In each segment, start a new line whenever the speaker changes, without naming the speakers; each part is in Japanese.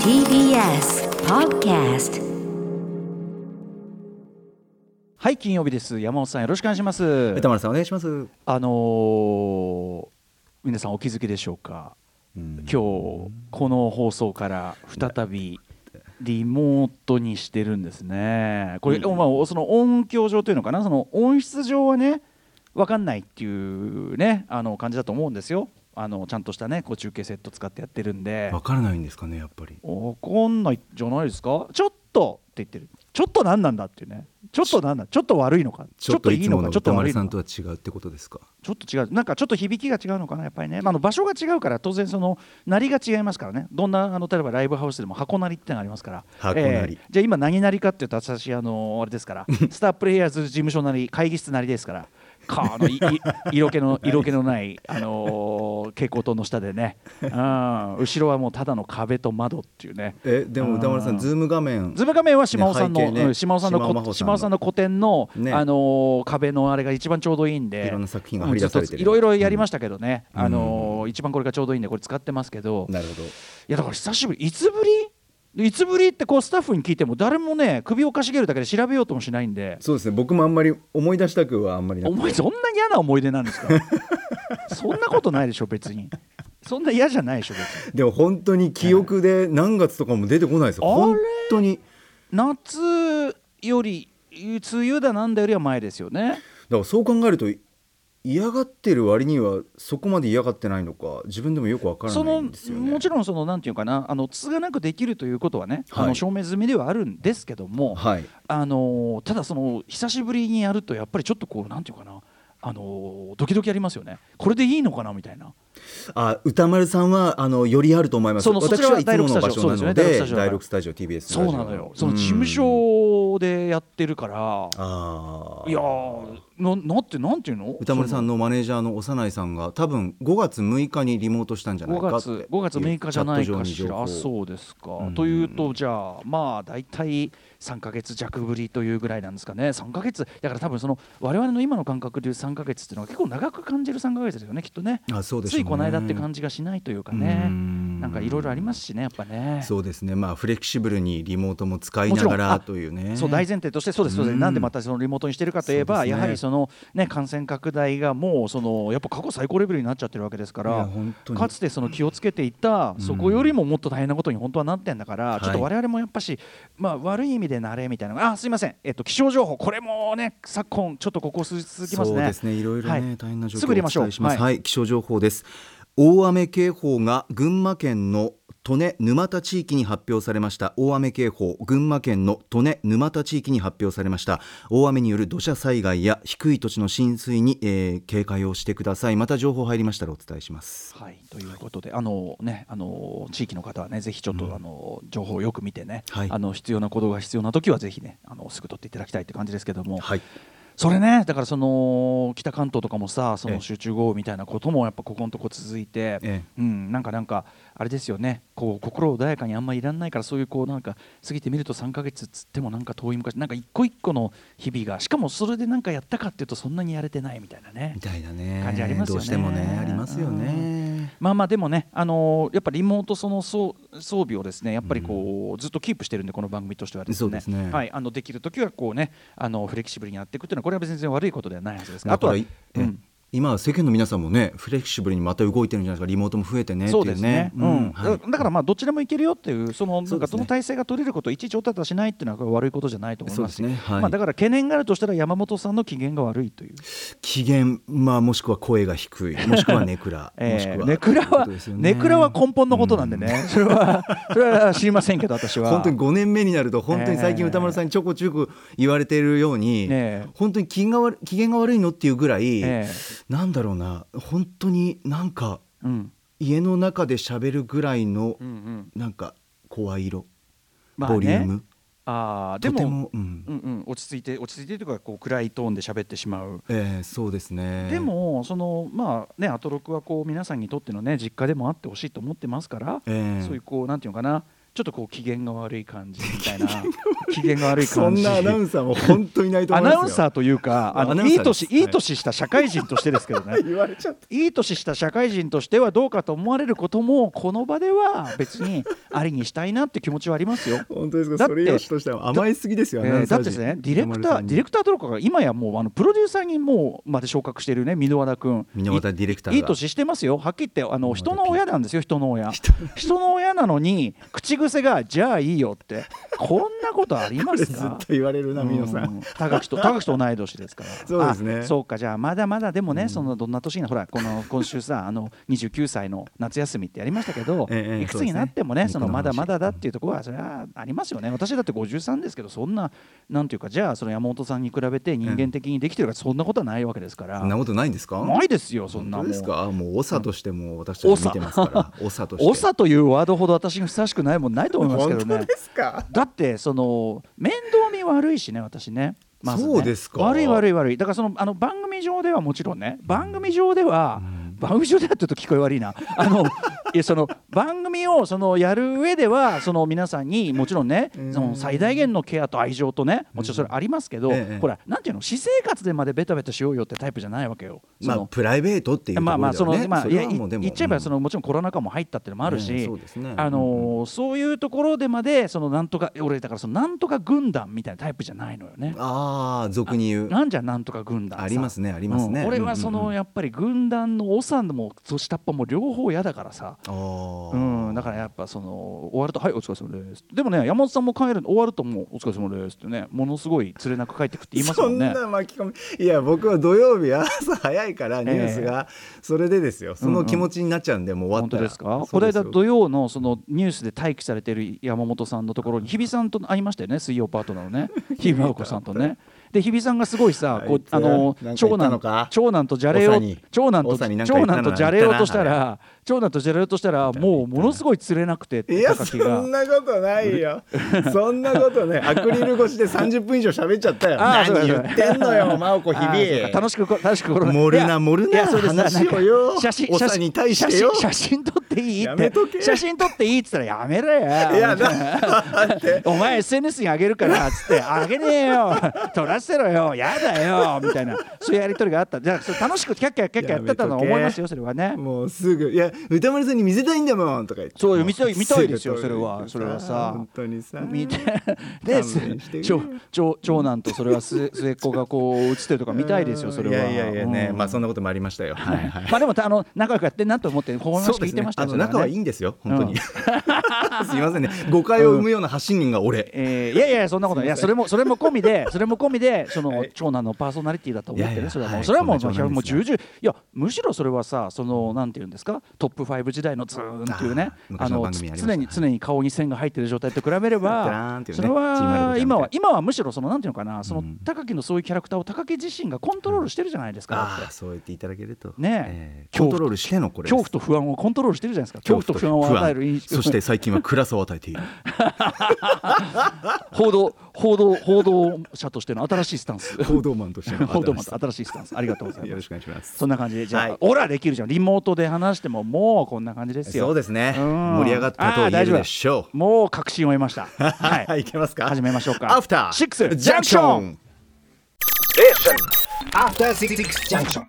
TBS Podcast
はい金曜日です山本さんよろしくお願いします
歌丸さんお願いします。
あのー皆さんお気づきでしょうか
今
今日この放送から再びリモートにしてるんですねこれ、まあ、その音響上というのかなその音質上はね分かんないっていうねあの感じだと思うんですよあのちゃんとしたねこう中継セット使ってやってるんで
わからないんですかねやっぱり。
分かんないじゃないですかちょっとって言ってるちょっと何なんだっていうねちょっと何なんだちょっと悪いのかち
ち
ょ
ょ
っ
っ
と
と
い
い
い
つ
の
も
か
の
ちょっと
歌
悪
丸
い
さ
の
ん
か
とは違うってことですか。
ちょっと違うなんかちょっと響きが違うのかなやっぱりね、まあ、あの場所が違うから当然その鳴りが違いますからねどんなあの例えばライブハウスでも箱鳴りってのがありますから
箱鳴り
ええじゃあ今何鳴りかっていうと私あのあれですから スタープレイヤーズ事務所なり会議室なりですからこのいい色 気の色気のない、あのー蛍光灯の下でね、うん、後ろはもうただの壁と窓っていうね
えでも歌丸さ
うん
んズーム画面。
ズーム画面は島尾さんの、
ね背景ね
うん島尾さんのこ
島尾真帆さんの
島尾さんの古典の、
ね
あのー壁のあれが一番ちょうどいいんで、
いろんな作品が張り出されてる
うんちょっといろいろやりましたけどね、
うん
あのー一番これがちょうどいいんでこれ使ってますけど、い
なるほど。
やだから久しぶりいつぶりいつぶりってこうスタッフに聞いても誰もね首をかしげるだけで調べようともしないんで。
そうですね僕もあんまり思い出したくはあんまりなく
思いそんなに嫌な思い出なんですか そんなことないでしょ別にそんな嫌じゃないでしょ別に
でも本当に記憶で何月とかも出てこないですよ
あれ
本当に
夏より梅雨だなんだよりは前ですよね
だからそう考えると嫌がってる割にはそこまで嫌がってないのか自分でもよくわから
そ
な
の
いんですよね
もちろんそのなんていうかなあのつつがなくできるということはね、
はい
あの証明済みではあるんですけども、
はい
あのーただその久しぶりにやるとやっぱりちょっとこうなんていうかなあのードキドキありますよねこれでいいのかなみたいな
あ歌丸さんはあのよりあると思います
そのそち
私
らは
はいつもの場所なの
第六ス
で
タジオ
第六スタジオ TBS
そうなのよその
うん
事務所でやってるから、
ああ
いやーななってなんていうの
歌丸さんのマネージャーの幼いさんが多分5月6日にリモートしたんじゃ
そ
ない
の5
かって
月5月6日じゃないか
チ
し
ャット上に情報
ら
を
あそうですか、
うん
というとじゃあまあ大体3か月弱ぶりというぐらいなんですかね3か月だから多分その我々の今の感覚でいう3か月っていうのは結構長く感じる3か月ですよねきっとね
あそうでしょ
つ
うね
いこの間って感じがしないというか
う
ね
ん
なんかいろいろありますしねやっぱね
そうですねまあフレキシブルにリモートも使いながら
もち
と
ろん
いうね
そう大前提としてそうですそうです、
うん
なんでまたそのリモートにしてるかといえば、
そうです
や
ね
はりその、ね、感染拡大がもうそのやっぱ過去最高レベルになっちゃってるわけですか
いや
ら
本当に
かつてその気をつけていた、
ん
そこよりももっと大変なことに本当はなってんだから、
い
ちょっと我々もやっぱし、まあ、悪い意味で慣れみたいなのがあすいません、えっと、気象情報これもね昨今ちょっとここ数日続きます
そう
ね
ですねいろいろね、
はい
大変な状
す
況
ぐ
をお
入れ
伝
ましょう
えします
はい
はい、気象情報です大雨警報が群馬県の利根沼田地域に発表されました大雨警報群馬県の利根沼田地域に発表されました大雨による土砂災害や低い土地の浸水に、えー警戒をしてくださいまた情報入りましたらお伝えします
はい、ということで、あのね、あの地域の方はね、ぜひちょっと、あの情報をよく見てね、
はい
あの必要なことが必要な時はぜひね、あのすぐ取っていただきたいって感じですけども、
はい
それね、だからその北関東とかもさ、そ
え
の
え
集中豪雨みたいなこともやっぱここのとこ続いて、
ええ
うん、なんかなんかあれですよね、こう心穏やかにあんまりいらんないからそういうこうなんか過ぎてみると3ヶ月っつってもなんか遠い昔、なんか一個一個の日々が、しかもそれでなんかやったかっていうとそんなにやれてないみたいなね。
みたいなね
感じありますよね
どうしてもねありますよね
まあまあでもね、あのーやっぱりリモートそのそう装備をですねやっぱりこう、ずっとキープしてるんでこの番組としてはですね
そうですね
はい、あのできる時はこうねあのフレキシブルにやっていくというのはこれは別に全然悪いことではないはずですが
だ
あと
か
は、
らいえ
うん
今世間の皆さんもねフレキシブルにまた動いてるんじゃないですかリモートも増えてねってい
そううですね、うん
はい
だだからまあどちらもいけるよっていうそのな
そ
ん
う
か
です
ど
ね
の体制が取れることをいちいちおたたしないっていうのはこれ悪いことじゃないと思いますし
そうですねはい
まあ、だから懸念があるとしたら山本さんの機嫌が悪いという、、
機嫌、まあ、もしくは声が低いもしくはネクラ
え
もしく
ー
は
ネクラは、
ということですよね
ネクラは根本のことなんでね、それはそれは知りませんけど私は
本当に5年目になると本当に最近
ええ
歌丸さんにちょこちょこ言われているように、
ええ
本当に機嫌が悪機嫌が悪いのっていうぐらい、
ええ
なんだろうな本当になんか
うん
家の中で喋るぐらいの、
うんうん
なんか声色、
まあね
ボリューム
ああで
と
も
ても、う
う
ん
んうん、落ち着いて落ち着いてというかこう暗いトーンで喋ってしまう。
ええそうですね
でもそのまあねアトロクはこう皆さんにとってのね実家でもあってほしいと思ってますから、
ええ
そういうこうなんていうのかなちょっとこう機嫌が悪い感じみた いな機嫌が悪い
そ
感
ん
じ
なアナウンサーも本当にいないと
ア
思います
ナ
よ
ウンサーというかあ
アナ
の
ウン
いい
サーです
年いい年した社会人としてですけどね
言われちゃった
いい年した社会人としてはどうかと思われることもこの場では別にありにしたいなって気持ちはありますよ。
本当ですか
だ
そ
って
れよしとしては甘いすぎですよ、アナウ
え
ン
ーだ
サ
っ
ー
てで
陣
すねディレクタ
山村さ
ー
ん
ディレクターとかが今やもうあのプロデューサーにもうまで昇格してるね箕輪田君
箕輪田ディレクターが
いいいい年してますよはっきり言ってあの
箕
人
輪田
の親なんですよ人の親人の親なのに口癖がじゃあいいよってこんなことありま
これ
す
ずっ
か
と言われるな皆さ
うんん高木と高木と同い年ですから。
そうですね
あそうかじゃあまだまだでもね、そのどんな年にほらこの今週さあの29歳の夏休みってやりましたけど、
ええええ
いくつになってもね
そうですね
そのまだまだだっていうところはそれはありますよね。私だって53ですけどそんななんていうかじゃあその山本さんに比べて人間的にできてるかそんなことはないわけですから。
そんなことないんですか
ないですよそんな
本
も
当です
ん。
かもう長としても私たち見てま すから長として
長というワードほど私にふさわしくないもんないと思いますけどね。
本当ですか
だってその面倒見悪いしね私ね,、まずね
そうですか
悪い悪い悪いだからそのあの番組上ではもちろんね番組上では、番組上ではって言うと聞こえ悪いなあの いやその番組をそのやる上ではその皆さんにもちろんね、
うん
その最大限のケアと愛情とねもちろんそれありますけど、
うんええ
ほらなんていうの私生活でまでベタベタしようよってタイプじゃないわけよ。そ
ま
の
あプライベートっていうとこ
まあま
ろ
あ
で
そ
は
の
ね
まあ
そ
い
れ
や
はいもうでも
言っちゃえばそ
の
のもちろんコロナ禍も入ったってのもある
ね
し
そうですね
あのーそういうところでまでそのなんとか俺だからそのなんとか軍団みたいなタイプじゃないのよね。
ああ俗に言う
なんじゃなんとか軍団さ
ありますねありますね
うん俺はそ
うんうんう
の
ん
やっぱり軍団の長もと下っ端も両方嫌だからさ。
あー
うん、だからやっぱその終わると「はいお疲れ様です」でもね山本さんも帰る終わるともう「お疲れ様です」ってねものすごい連れなく帰ってくって言いますもんね
そんな巻き込みいや僕は土曜日朝早いからニュースが、それでですよその気持ちになっちゃうんで、もう終わ
本
った
当
ら
ですか
そ
こ
う
の
です
間
よ
土曜のそのニュースで待機されてる山本さんのところに日比さんと会いましたよね水曜パートナーの ね日比真央子さんとね。で日比さんがすごいさこ
あ
う
いつ
あの
な
長
んか言ったの
男
か
長男とじゃれよ
長
う
に
長男と
長になんか言
長
ったな
男とじゃれようとした
言
ら長男とじゃれようとしたらもうものすごい釣れなくて
いや
高
そ
木が
ん。なことな いよそんなことねアクリル越しで30分以上喋っちゃったよ何言ってんのよ真央子 日
あーそう
々
か楽しくこ 楽しく転が
盛るない
や
盛るない
やそれでさ
話
んか
をよ
写真
お
写
さ
真
に対してよ
写真写真撮っていい
や
っ
め
て
とけ
写真撮っていいっつったらやめろよ
いやだっ て
お前 SNS にあげるからっつってあげねえよ 取らせろよやだよみたいなそういうやり取りがあったじゃあそれ楽しくキャッキャキャッキャやってたのは思いますよそれはね
もうすぐいや歌丸さんに見せたいんだもんとか言って
そうよ
も
見たい見たいですよ
すぐ
それはそれはさ
本当にさ
見てで
勘弁してくれ
長長長男とそれは 末末っ子がこう映ってるとか見たいですよそれは。
いやいやいやね、
うん
まあそんなこともありましたよはいはい
まあでもあの仲良くやってんなと思ってこの話聞いてました
あ
よ
の仲はいい
い
んですよ、本当
う
に。
ん
すいませんね、誤解を生むような発信人が俺。
えーいやいやいやそんなことないいやそれもそれも込み でそれも込みでその
はい
長男のパーソナリティだと思っ
い
て
やいや
ねそれは
は
もう
い
それはもう
そんな長男
もう
ですよ
重々いやむしろそれはさそのなんていうんですかトップ5時代のズーンっていうね
あー
あ
昔の
の
番
つ
組ありまし
常
た
に常に顔に線が入ってる状態と比べれ
ダラーン
ば
っていう
そ
ね
れ
ちびまる子ちゃんみ
は
たいな
今は今はむしろそのなんていうのかなその
うん
高木のそういうキャラクターを高木自身がコントロールしてるじゃないですかだって
ああ、そう言っていただけると。
ねえ
えーコントロールしてのこれです。
恐怖と不安をコントロールしてるじゃないですか恐怖と不安を与える印象
そして最近は暗さを与えている。
報道報道報道者としての新しいスタンス
報道マンとしての新し い
報道マンと新しいスタンスありがとうござい
よ
ま
ろ
す
しくお願いします。
そんな感じでじゃあ、
はい
オラできるじゃんリモートで話してももうこんな感じですよ
そうですね。
うん
盛り上がったと言えるでしょ
あー大丈夫だもう確信を得ました
う。は、
はい
いけますか。
始めましょうか
アフター
シックス
ジ
ジ
ャ
ャ
ン
ンク
クシ
シ
ョ
ョ
ン
ン。
ジャンクション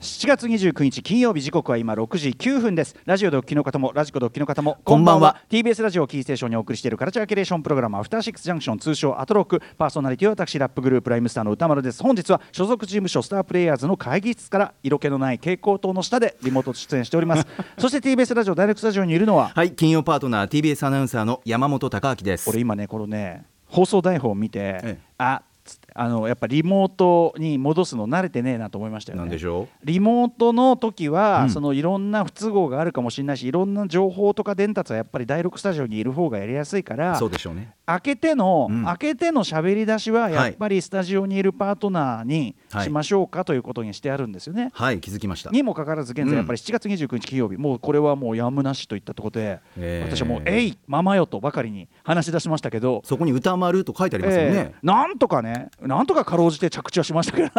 7月29日金曜日時刻は今6時9分ですラジオドッキの方もラジコドッキの方も
こんばんは
TBS ラジオをキーステーションにお送りしているカルチャーキュレーションプログラムアフターシックスジャンクション通称アトロックパーソナリティは私ラップグループライムスターの歌丸です本日は所属事務所スタープレイヤーズの会議室から色気のない蛍光灯の下でリモート出演しており ますそして TBS ラジオダイレクトスタジオにいるのは
はい、金曜パートナー TBS アナウンサーの山本貴明です。
俺今ねこのね放送台本を見て、
ええ
あつってあのやっぱリモートに戻すの慣れてねえなと思いましたよね。
なんでしょう
リモートの時は、
うん
そのいろんな不都合があるかもしれないしいろんな情報とか伝達はやっぱり第6スタジオにいる方がやりやすいから
そうでしょうね。
開けての、
うん
開けての喋り出しはやっぱりスタジオにいるパートナーに
はい
しましょうかということにしてあるんですよね。
はい、気づきました。
にもかかわらず現
うん
在やっぱり7月29日金曜日、もうこれはもうやむなしといったところで、
えー
私はもう「えいままよ」とばかりに話し出しましたけど
そこに歌丸と書いてありますよね。
ええなんとかねなんとかかろうじて着地はしました け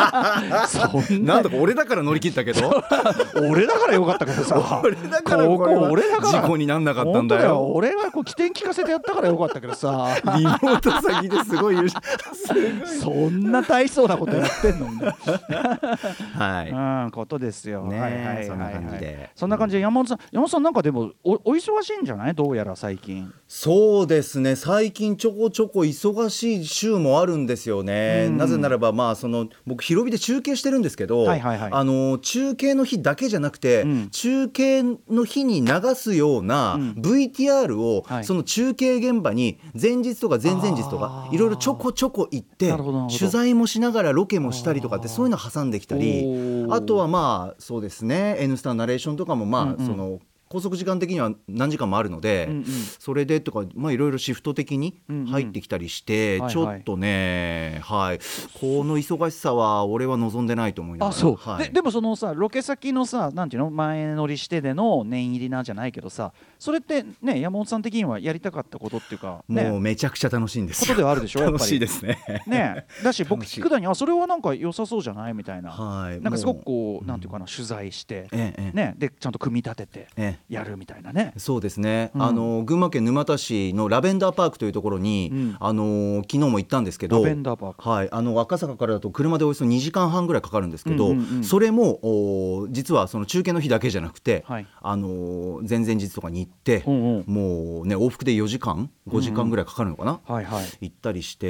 どそん
な
なん
とか俺だから乗り切ったけど
俺だからよかったけどさ
俺だから
こ
これは
こ俺だから
事故になんなかったんだよ
本当俺がこう起点聞かせてやったからよかったけどさ
リモート先ですごい優秀
そんな大層なことやってんのみたいな
はい
うん、ことですよ。
ねえ
はいはいはいはい
そんな感じで
そんな感じで山本さん、山本さんなんかでもおお忙しいんじゃない？どうやら最近。
そうですね最近ちょこちょこ忙しい週もあるんですよね、なぜならば、まあ、その僕、広尾で中継してるんですけど、
はいはいはい
あの中継の日だけじゃなくて、
うん
中継の日に流すような
うん
VTR を、
はい
その中継現場に前日とか前々日とか
あ、ー
いろいろちょこちょこ行って
なるほどなるほ、ど
取材もしながらロケもしたりとかって、そういうの挟んできた
お
り、
ー
あとはまあ、そうですね、N スターナレーションとかも、まあ、
うんうん
その、拘束時間的には何時間もあるので、
うんうん
それでとか、まあ、いろいろシフト的に入ってきたりして、
うんうん
ちょっとね、はいこの忙しさは俺は望んでないと思いなが
あ、
ら
そう。
はい、
ででもそのさ、ロケ先のさ、なんていうの、前乗りしてでの念入りなんじゃないけどさ、それってね、山本さん的にはやりたかったことっていうか、ね、
もうめちゃくちゃ楽しいんです
こ
よ
とではあるでしょ。やっぱり
楽しいですね
ね、だし僕
楽しい
聞くだにあそれはなんか良さそうじゃないみたいな、
はい
なんかすごくこ
もう
うなんていうかな取材して、
ええええ
ね、でちゃんと組み立てて
ええ
やるみたいなね、
そうですね、
うん
あの群馬県沼田市のラベンダーパークというところに、
うん
あの昨日も行ったんですけど
ラベンダーパーク
はい、あの赤坂からだと車でおよそ2時間半ぐらいかかるんですけ
う
ど、
んうんうん
それもおー実はその中継の日だけじゃなくて、
はい
あのー前々日とかに行って、
うんうん
もうね往復で4時間5時間ぐらいかかるのかな、
はいはい
行ったりして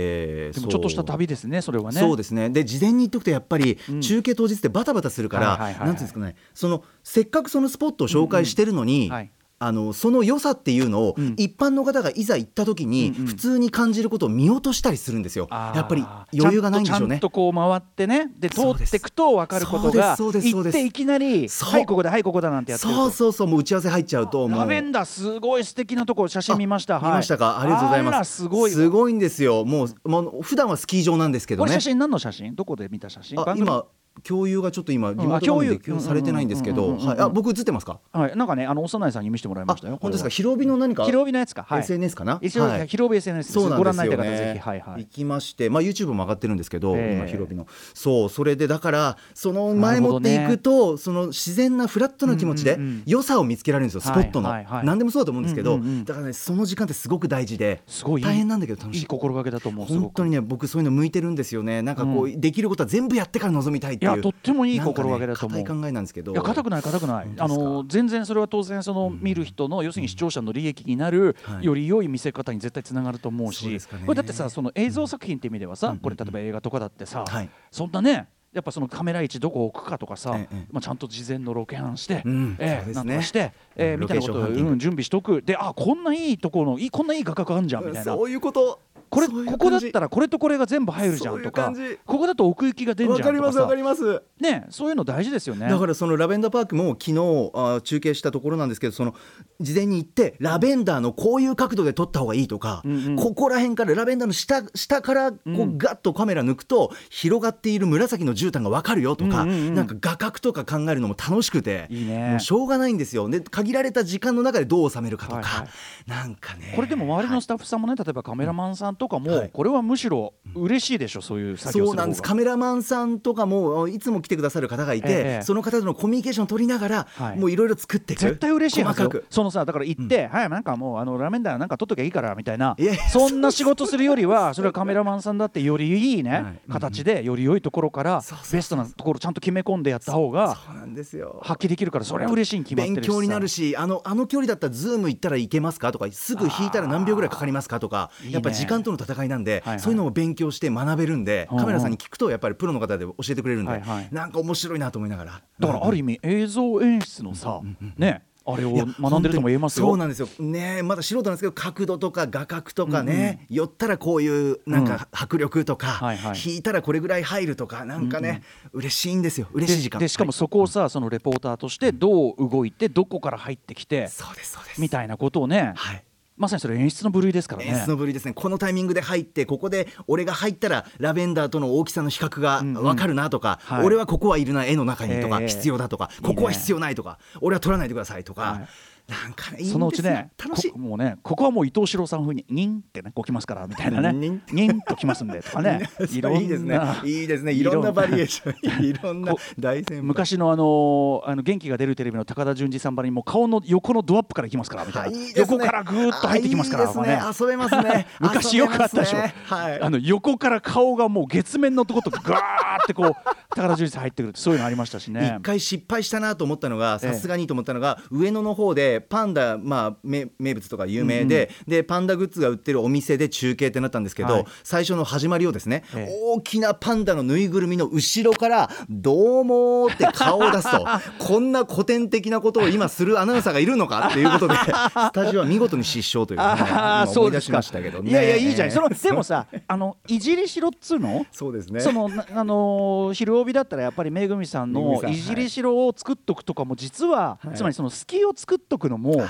で
そ
も
う
ちょっとした旅ですねそれはね
そうですねで事前に言っとくとやっぱり
うん
中継当日ってバタバタするから、
はいはいはいはい
なんていうんですかねそのせっかくそのスポットを紹介してるのに、
うんはい
あのその良さっていうのを、
うん
一般の方がいざ行った時に
うんうん
普通に感じることを見落としたりするんですよ、
あー
やっぱり余裕がないんでしょう
ちゃん
ね
とこう回ってねで通
そうで
っ
す
ていくと分かることが
そうですそう
行
で
っ
す
ていきなり
そう
はいここだはいここだなんてやってる
そう
と
そうそうもう打ち合わせ入っちゃうとも
ラ
う
ベンダーすごい素敵なとこ写真見ました
あ
はい
見ましたかありがとうございま
あら
す
すごいわ
すごいんですよもうもう普段はスキー場なんですけど
こ
ね
れ写真何の写真どこで見た写真
あ
番組
今共有がちょっと今リモ
あ
ート画
共有
面で共有されてないんですけ
うんう
ど
んうんうんうん
はいあ僕映ってますか
はいなんかねあの幼いさんに見せてもらい
あ
ましたよ
本当です
こ
か広尾の何
れ
か
は広尾のやつかはい
SNS かな
一応
はい
広尾 SNS です
そうなん
ご
で
覧に
す
なりたい
よ
方はぜ
ね
ひはいはい
行きましてまあ YouTube も上がってるんですけど
ええ
今広尾のそうそれでだからその前もっていくとその自然なフラットな気持ちで
うんうんうん
良さを見つけられるんですよスポットの
はいはいはい
何でもそうだと思うんですけど
うんうんうん
だからねその時間ってすごく大事です
ごいいい
大変なんだけど楽し
いい心がけだと思うすごく
本当にね僕そういうの向いてるんですよねなんかこう、
うん
できることは全部やってから臨みたいっていう
いやとってもいい心がけだと思う
なんかね固い考えなんですけど
いや硬くない硬くないあの全然それは当然その見る人の、要するに視聴者の利益になる、
はい
より良い見せ方に絶対つながると思う
そ
し
うですかね
これだってさその映像作品って意味ではさ、これ例えば映画とかだってさ、
はい
そんなねやっぱそのカメラ位置どこを置くかとかさ、
ええええ
まあ、ちゃんと事前のロケハンして、
うん
ええ
そうですね
なんとかして、ええ
うん
みたいなことを、
ロケーションハンティング
うん準備しとくであこんないいところのいいこんないい画角あんじゃんみたいな
そういうこと
これ
そういう
こ
感
こだっ
じ
たらこれとこれが全部入るじゃんとか
そういう感じ
ここだと奥行きが出ん
わ
じ
か
ゃん
り
と
ま
か
すわ
さ
かります
ねそういうの大事ですよね。
だからそのラベンダーパークも昨日あ中継したところなんですけどその事前に行ってラベンダーのこういう角度で撮った方がいいとか、
うんうん
ここら辺からラベンダーの下下からこう
うん
ガッとカメラ抜くと広がっている紫の絨毯が分かるよとか、
うんうんうん
なんか画角とか考えるのも楽しくて
いいね
もうしょうがないんですよで限られた時間の中でどう収めるかとか、
はいはい
なんかね
これでも周りのスタッフさんもね、例えばカメラマンさんとかも、
はい
これはむしろ嬉しいでしょ、そういう作業
そ
す
う
る
なんですカ
方が
メラマンさんとかもいつも来てくださる方がいて、
ええ
その方とのコミュニケーションを取りながら、
はい
もういろいろ作っていく
絶対嬉しいはず
細
よ
かく
そのさだから行って、はいなんかもうあのラーメンダーなんか取っときゃいいからみたいない
やいや
そんな仕事するよりはそれはカメラマンさんだってよりいいね、
はい
形でより良いところから
そうそうそう
ベストなところちゃんと決め込んでやった方が
そうなんですよ
発揮できるからそれは嬉しいに決まって
勉
るし
強になる
し
しあのあの距離だったらズーム行ったらいけますかとかすぐ引いたら何秒ぐらいかかりますかとか
いいね
やっぱ時間との戦いなんで、
はいはい
そういうのも勉強して学べるんで、
うんうん
カメラさんに聞くとやっぱりプロの方で教えてくれるんで、
はいはい
なんか面白いなと思いながら。
だからある意味映像演出のさ、ねあれを
いや
学んでるとも言えますよ
本当にそうなんですよ、ねえ、まだ素人なんですけど角度とか画角とかね、寄ったらこういうなん
うん
か迫力とか、
はいはい
引いたらこれぐらい入るとかなんかね、嬉しいんですよ嬉しい時間
ででしかもそこをさそのレポーターとしてどう動いてどこから入ってきて
そうですそうです
みたいなことをね、
はい
まさにそれ演出の部類ですからね。
演出のぶりですねこのタイミングで入ってここで俺が入ったらラベンダーとの大きさの比較が分かるなとか、
はい
俺はここはいるな絵の中にとか、
ええ
必要だとか
いね
ここは必要ないとか俺は取らないでくださいとか、
はい
なんかねいいんですよ
そのうちね
楽しい
こもうねここはもう伊藤四郎さん風に「にん」ってねこう来ますからみたいなね「
ニ
に
ン
ん」ニンと来ますんでとか ね
いろんないいですねいいですねいろんなバリエーションいろんな
こ
大先輩
昔のあのあの元気が出るテレビの高田純次さんばりにもう顔の横のドアップから行きますからみたいな
はいいいですね
横からぐーっと入ってきますから
あいいですね
なんか
遊べますね
昔よくあったでしょ、
遊べますねはい
あの横から顔がもう月面のとことガーってこう高田純次さん入ってくるってそういうのありましたしね
一回失敗したなと思ったのが
ええ
さすがにと思ったのが、上野の方でパンダ、まあ、名名物とか有名で,、でパンダグッズが売ってるお店で中継ってなったんですけど、
はい
最初の始まりをですね、
ええ
大きなパンダのぬいぐるみの後ろから「どうも」って顔を出 すとこんな古典的なことを今するアナウンサーがいるのかっていうことで スタジオは見事に失笑という、ね、
あ
今
あそ
思
う
い出
です
し
か
ましたけどね。
いやいやいいじゃん、
ええ
そのでもさあのいじりしろっつうの
そうですね
そのなあのー昼帯だったらやっぱりめぐみさん
めぐみ
の
さん
いじりしろを作っとくとかも実は、
はい
つまりその隙を作っとくのも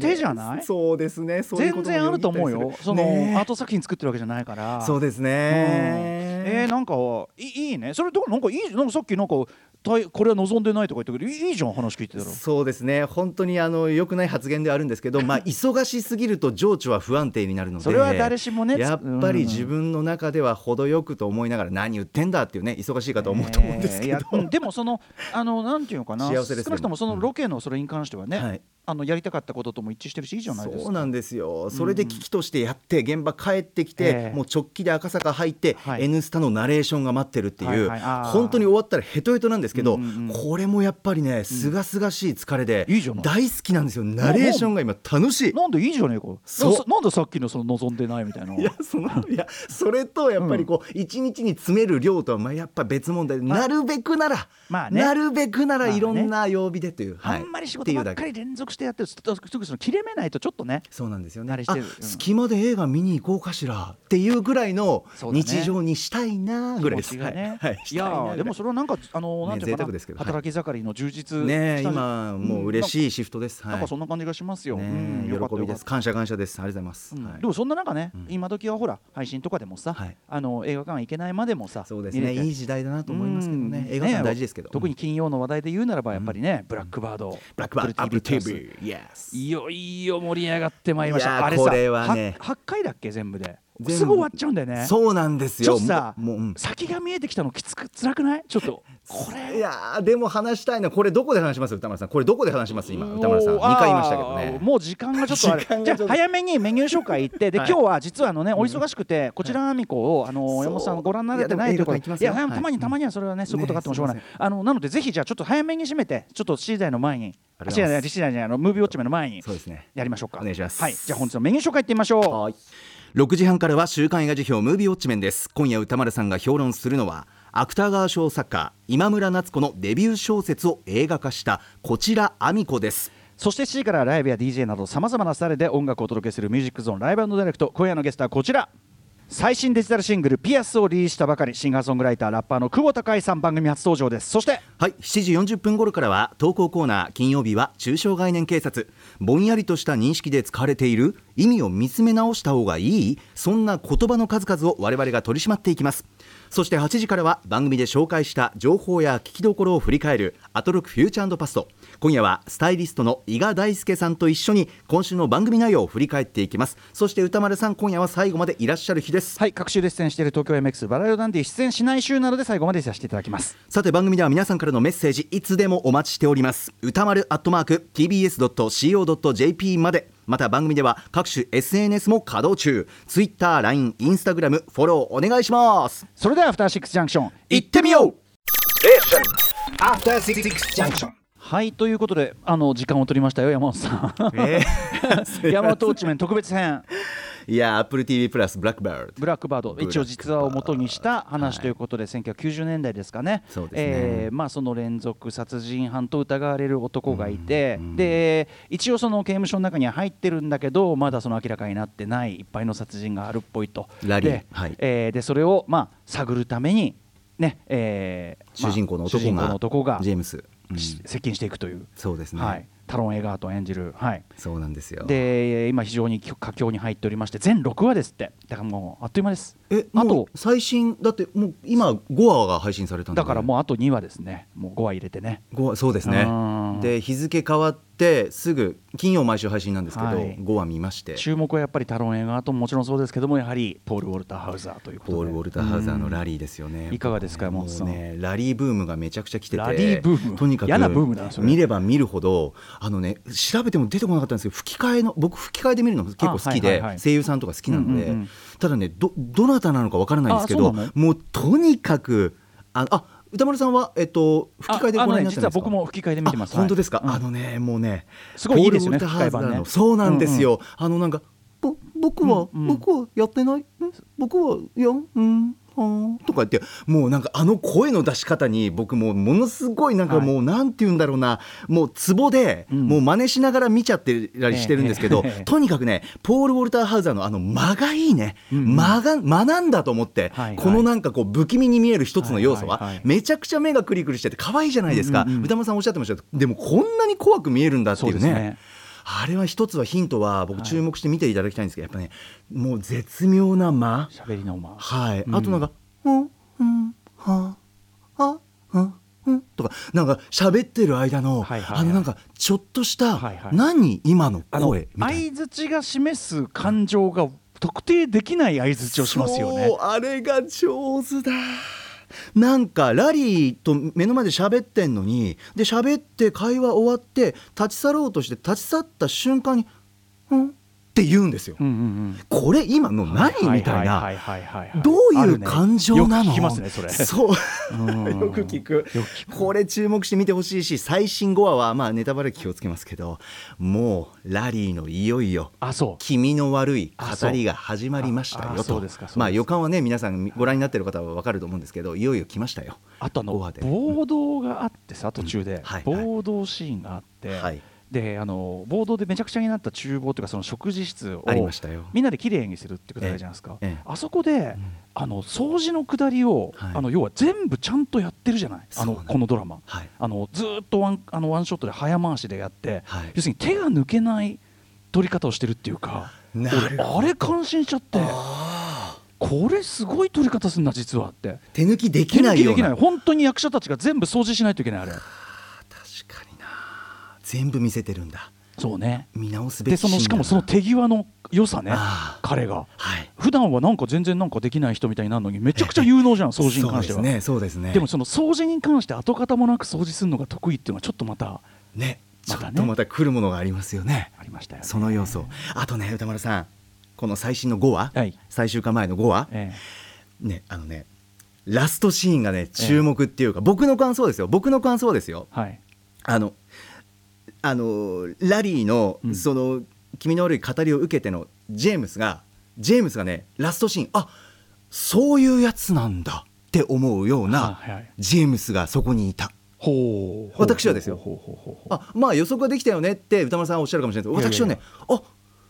手じゃない、
そうですねそういうこ
全
も
然あると思う
読み
よ
たりする
その、
ねえ
アート作品作ってるわけじゃないから
そうです
うん
ね。
えー、なんかいいいいねそれどうなんかいいなんかさっきなんかたいこれは望んでないとか言ったけどいいいじゃん話聞いてたら
そうですね本当にあの良くない発言ではあるんで すけど、まあ、忙しすぎると情緒は不安定になるので
それは誰しもねつ
やっぱり自分の中では程よくと思いながら何言ってんだっていうね忙しいかと思うと思うんですけど、
えーいやうんでもそのあのなんていうのかな
幸せで
少
すね
なくともそのロケのそれに関してはね、
はい
あのやりたかったこととも一致してるしいいじゃないです
そ
か
うなんですよそれで危機としてやって現場帰ってきて、
ええ
もう直帰で赤坂入って「
はい
N スタ」のナレーションが待ってるっていう、
はいはいあー
本当に終わったらヘトヘトなんですけど、
うんうんうん
これもやっぱりねすがすがしい疲れで、
いいじゃない
大好きなんですよナレーションが今楽しい。
なんでいいじゃねえかなんでさ
そう
なんでさっきのその望んでないみたいない
やそのいやそれとやっぱりこう一、日に詰める量とはまあやっぱ別問題でなるべくなら、
まあね
なるべくなら
まあね
いろんな曜日でという、
あ
はい
んまり仕事ばっか
ってい
り
うだけ
連続してやってるとすぐその切れ目ないとちょっとね
そうなんですよね
慣れしてる
あ
うん
隙間で映画見に行こうかしらっていうぐらいの
そうだね
日常にしたいなぐらいです、
気持ちがね
はいはい
い
したな
や
ぐら
ー
い
でもそれはなんかあのなんていう
ね贅
か
沢
な、
ですけどはい
働き盛りの充実
ねえ
した
今もう嬉
い、
しいシフトです、
うん
は
ないんかそんな感じがしますよ、
ねえ
よかった
喜びです
よかっ
感謝感謝ですありがとうございます、
たうん
はい
でもそんな中ね、今時はほら配信とかでもさ、
はい
あの映画館行けないまでもさ
そうですね
見れて
いい時代だなと思いますけどね
うん
映画館大事ですけど、
特に金曜の話題で言うならばやっぱりね、ブラックバード
ブラックバードアップ
Apple
ル TV Yes
いよいよ盛り上がってまいりまし
いやー
たあれ
こ
さ
れはね
8回だっけ全部で
全部
すぐ終わっちゃうんだよね
そうなんです
ちょ
よ
っとさ
もうもううん
先が見えてきたのきつく辛くないちょっ とこれ
いやーでも話したいなこれどこで話します歌丸さんこれどこで話します今歌丸さん
お
2
ーあー
回言いましたけどね
もう時間がちょっとある
時間
じ
がちょ
ゃ
っと
あ早めにメニュー紹介行ってで、
はい
今日は実はあのねお忙しくて、こちらアミコをあの
そう
山本さんご覧になれてないということ
いやでも映画館行きま
い
すよ
やたまに
はい
たまにはそれはねそういうことがあってもしょうがない、
ねす
あのなのでぜひじゃあちょっと早めに締めてちょっと次第の前に
ありがとうご
次
ざい
第
ま
じ
す
ゃない次第じゃないあのムービーウォッチメンの前に
そうですね
やりましょうか
お願いします
はいじゃあ本日のメニュー紹介行ってみましょう
はい6時半からは週刊映画辞表ムービーウォッチメンです今夜歌丸さんが評論するのは芥川賞作家今村夏子のデビュー小説を映画化したこちらアミコです
そして C からはライブや DJ などさまざまなスタイルで音楽をお届けするミュージックゾーンライブダイレクト今夜のゲストはこちら最新デジタルシングル「ピアス」をリリースしたばかりシンガーソングライターラッパーの久保孝恵さん番組初登場ですそして
はい7時40分頃からは投稿コーナー金曜日は中小概念警察ぼんやりとした認識で使われている意味を見つめ直した方がいいそんな言葉の数々を我々が取り締まっていきますそして8時からは番組で紹介した情報や聞きどころを振り返るアトロクフューチャーパスト今夜はスタイリストの伊賀大輔さんと一緒に今週の番組内容を振り返っていきますそして歌丸さん今夜は最後までいらっしゃる日です
はい各週で出演している東京 MX バラエダンディ出演しない週などで最後までさせていただきます
さて番組では皆さんからのメッセージいつでもお待ちしております歌丸アットマーク tbs.co.jp までまた番組では各種 SNS も稼働中 TwitterLINE、Instagram フォローお願いします
それではアフターシックスジャンクション
行ってみよう
After Six Junction.
はいということであの時間を取りましたよ山本さん 山本ウォッチメン特別編
いや AppleTV プラスブラックバード
ブラックバード
ックバード
一応実話を元にした話ということで、1990年代ですかね
そうですね
えーまあ、その連続殺人犯と疑われる男がいて、で一応その刑務所の中には入ってるんだけどまだその明らかになってないいっぱいの殺人があるっぽいと
ラリー
で,、
はい
えーでそれを、まあ、探るために、ねえーま
主
あ
人公の男が
主人公の男が
ジェームス、うん
し接近していくという、
そうですね、
はい、タロン・エガートン演じる。はい
そうなんですよ
で今非常に佳境に入っておりまして全6話ですってだからもうあっという間です
え
あ
あ
と
と最新だってもう今5話が配信されたんで
だからもうあと2話ですね。もう5話入れてね。
う話そうですね
うん
で日付変わってすぐ金曜毎週配信なんですけど、
はい
5話見まして
注目はやっぱりタロン映画とももちろんそうですけどもやはりポール・ウォルター・ハウザーということで
ポール・ウォルター・ハウザーのラリーですよね、
いかがですか山本さん
もうねラリーブームがめちゃくちゃ来てて
ラリーブーム
とにかく
嫌なブームだなそれ
見れば見るほどあのね調べても出てこなかったんですけど吹き替えの僕吹き替えで見るの結構好きで、
あはいはいはい
声優さんとか好きなので、
うんうんうん
ただねどどなたなのかわからないんですけ
あ
ど
そうなの
もうとにかくああ歌丸さんは、えっと、吹き替えでご覧になって
ああのね実は僕も吹き替えで見てます
あ本当ですか、
はいうん
あのねもうね
すごいいいですよね
ポールウォルターハウザー
吹き替え版ね
のそうなんですよ、あのなんかぼ僕は、
うんうん
僕はやってないん僕はいやうんはーとか言ってもうなんかあの声の出し方に僕もうものすごいなんか
はい
もうなんて言うんだろうなもうツボで
うん
もう真似しながら見ちゃってらりしてるんですけど、
ええええ
とにかくねポール・ウォルター・ハウザーのあの間がいいね、
うんうん
間が学んだと思って、
はいはい
このなんかこう不気味に見える一つの要素は,、
はいはいはい
めちゃくちゃ目がクリクリしてて可愛いじゃないですか、
うんうんうん
歌丸さんおっしゃってましたけどでもこんなに怖く見えるんだって
そ
いうう
で
ね
すね
あれは一つはヒントは僕
はい
注目して見ていただきたいんですけど、やっぱねもう絶妙な間
喋りのま
はい、
うん
あとなんか「うんうんはああうん」とかなんか喋ってる間の、
はいはいはい
あのなんかちょっとした「
はいはい
何今の
あの
声」みたいな。
相槌が示す感情が特定できない相槌をしますよね
そうあれが上手だなんかラリーと目の前で喋ってんのにで喋って会話終わって立ち去ろうとして立ち去った瞬間に「うん?」って言うんですよ、
うんうん
これ今の
うん
何、みたい
は
な
ははは
どういう感情な
ある
の、
ねよく聞きますねそれ
そう
うん
よく聞く
よく聞く
これ注目して見てほしいし最新5話はまあネタバレ気をつけますけどもうラリーのいよいよ
あそう
気味の悪い語りが始まりました
あ
よ
そうあそう
と
ですかそうですか
まあ予感はね皆さんご覧になってる方はわかると思うんですけどいよいよ来ましたよ
あとあ
5話
の
で
暴動があってさ途中で、
はいはい
暴動シーンがあって、
はい
であの暴動でめちゃくちゃになった厨房というかその食事室を
ありましたよ
みんなで綺麗にするってことあるじゃないですか、
ええええ
あそこで、あの掃除の下りを、
はい
あの要は全部ちゃんとやってるじゃないあ
そうな
の
の
このドラマ、
はい
あのずーっとワンあのワンショットで早回しでやって、
はい
要するに手が抜けない撮り方をしてるっていうか
なるほど
俺あれ感心しちゃってこれすごい撮り方するな実はって。
手抜きできないよう
手抜きでき
な
ない本当に役者たちが全部掃除しないといけないあれ
確かにな全部見せてるんだ
そうね
見直すべ
で
き
その
シーン
し
だ
か
な
もその手際の良さね
あー
彼が
はい
普段はなんか全然なんかできない人みたいになるのにめちゃくちゃ有能じゃん掃除に関して
そう
は
ですねそうですね
でもその掃除に関して跡形もなく掃除するのが得意っていうのはちょっとまた
ねちょ
ま
った
ね
とまた来るものがありますよね
ありましたよね
その要素あとね歌丸さんこの最新の5話、
はい
最終回前の5話、
え
ねあのねラストシーンがね注目っていうか、僕の感想ですよ僕の感想ですよ
えはい
あのあのラリーの、
うん
その君の悪い語りを受けてのジェームスがジェームスがねラストシーンあそういうやつなんだって思うような、
はいはい
ジェームスがそこにいた
ほう
私はですよ
ほうほうほうほうほう
あまあ予測ができたよねって歌丸さんはおっしゃるかもしれないですけど私はい
や
ね
い
あ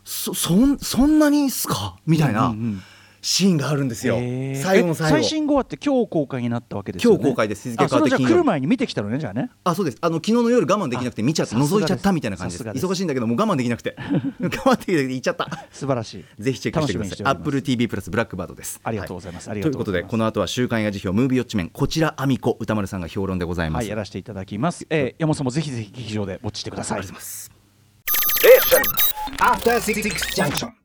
そそんそんなにっすかみたいな
うんうんうん
シーンがあるんですよ、
へえ
最後の最後
え最新号話って今日公開になったわけですよね
今日公開です日付
あそ
変わ
れ
って
じゃあ
金曜
来る
日
前に見てきたのねじゃあね
あそうですあの昨日の夜我慢できなくて見ちゃった
あさすが
覗いちゃっ
です
たみたいな感じで
さす
す
がです
忙しいんだけどもう我慢できな くて我慢できなくて行っちゃった
素晴らしい
ぜひチェックしてく
楽
だ
みにおりま
さい
す
Apple TV プラスブラックバードです
ありがとうございます
は
ありがとうございます
ということでこの後は週刊映画辞表ムービーウォッチメンこちらあみこ歌丸さんが評論でございま
は
す、
い、やらせていただきます。えー、山本さんもぜひぜひ劇場でウォッチしてください。
After Six Junction.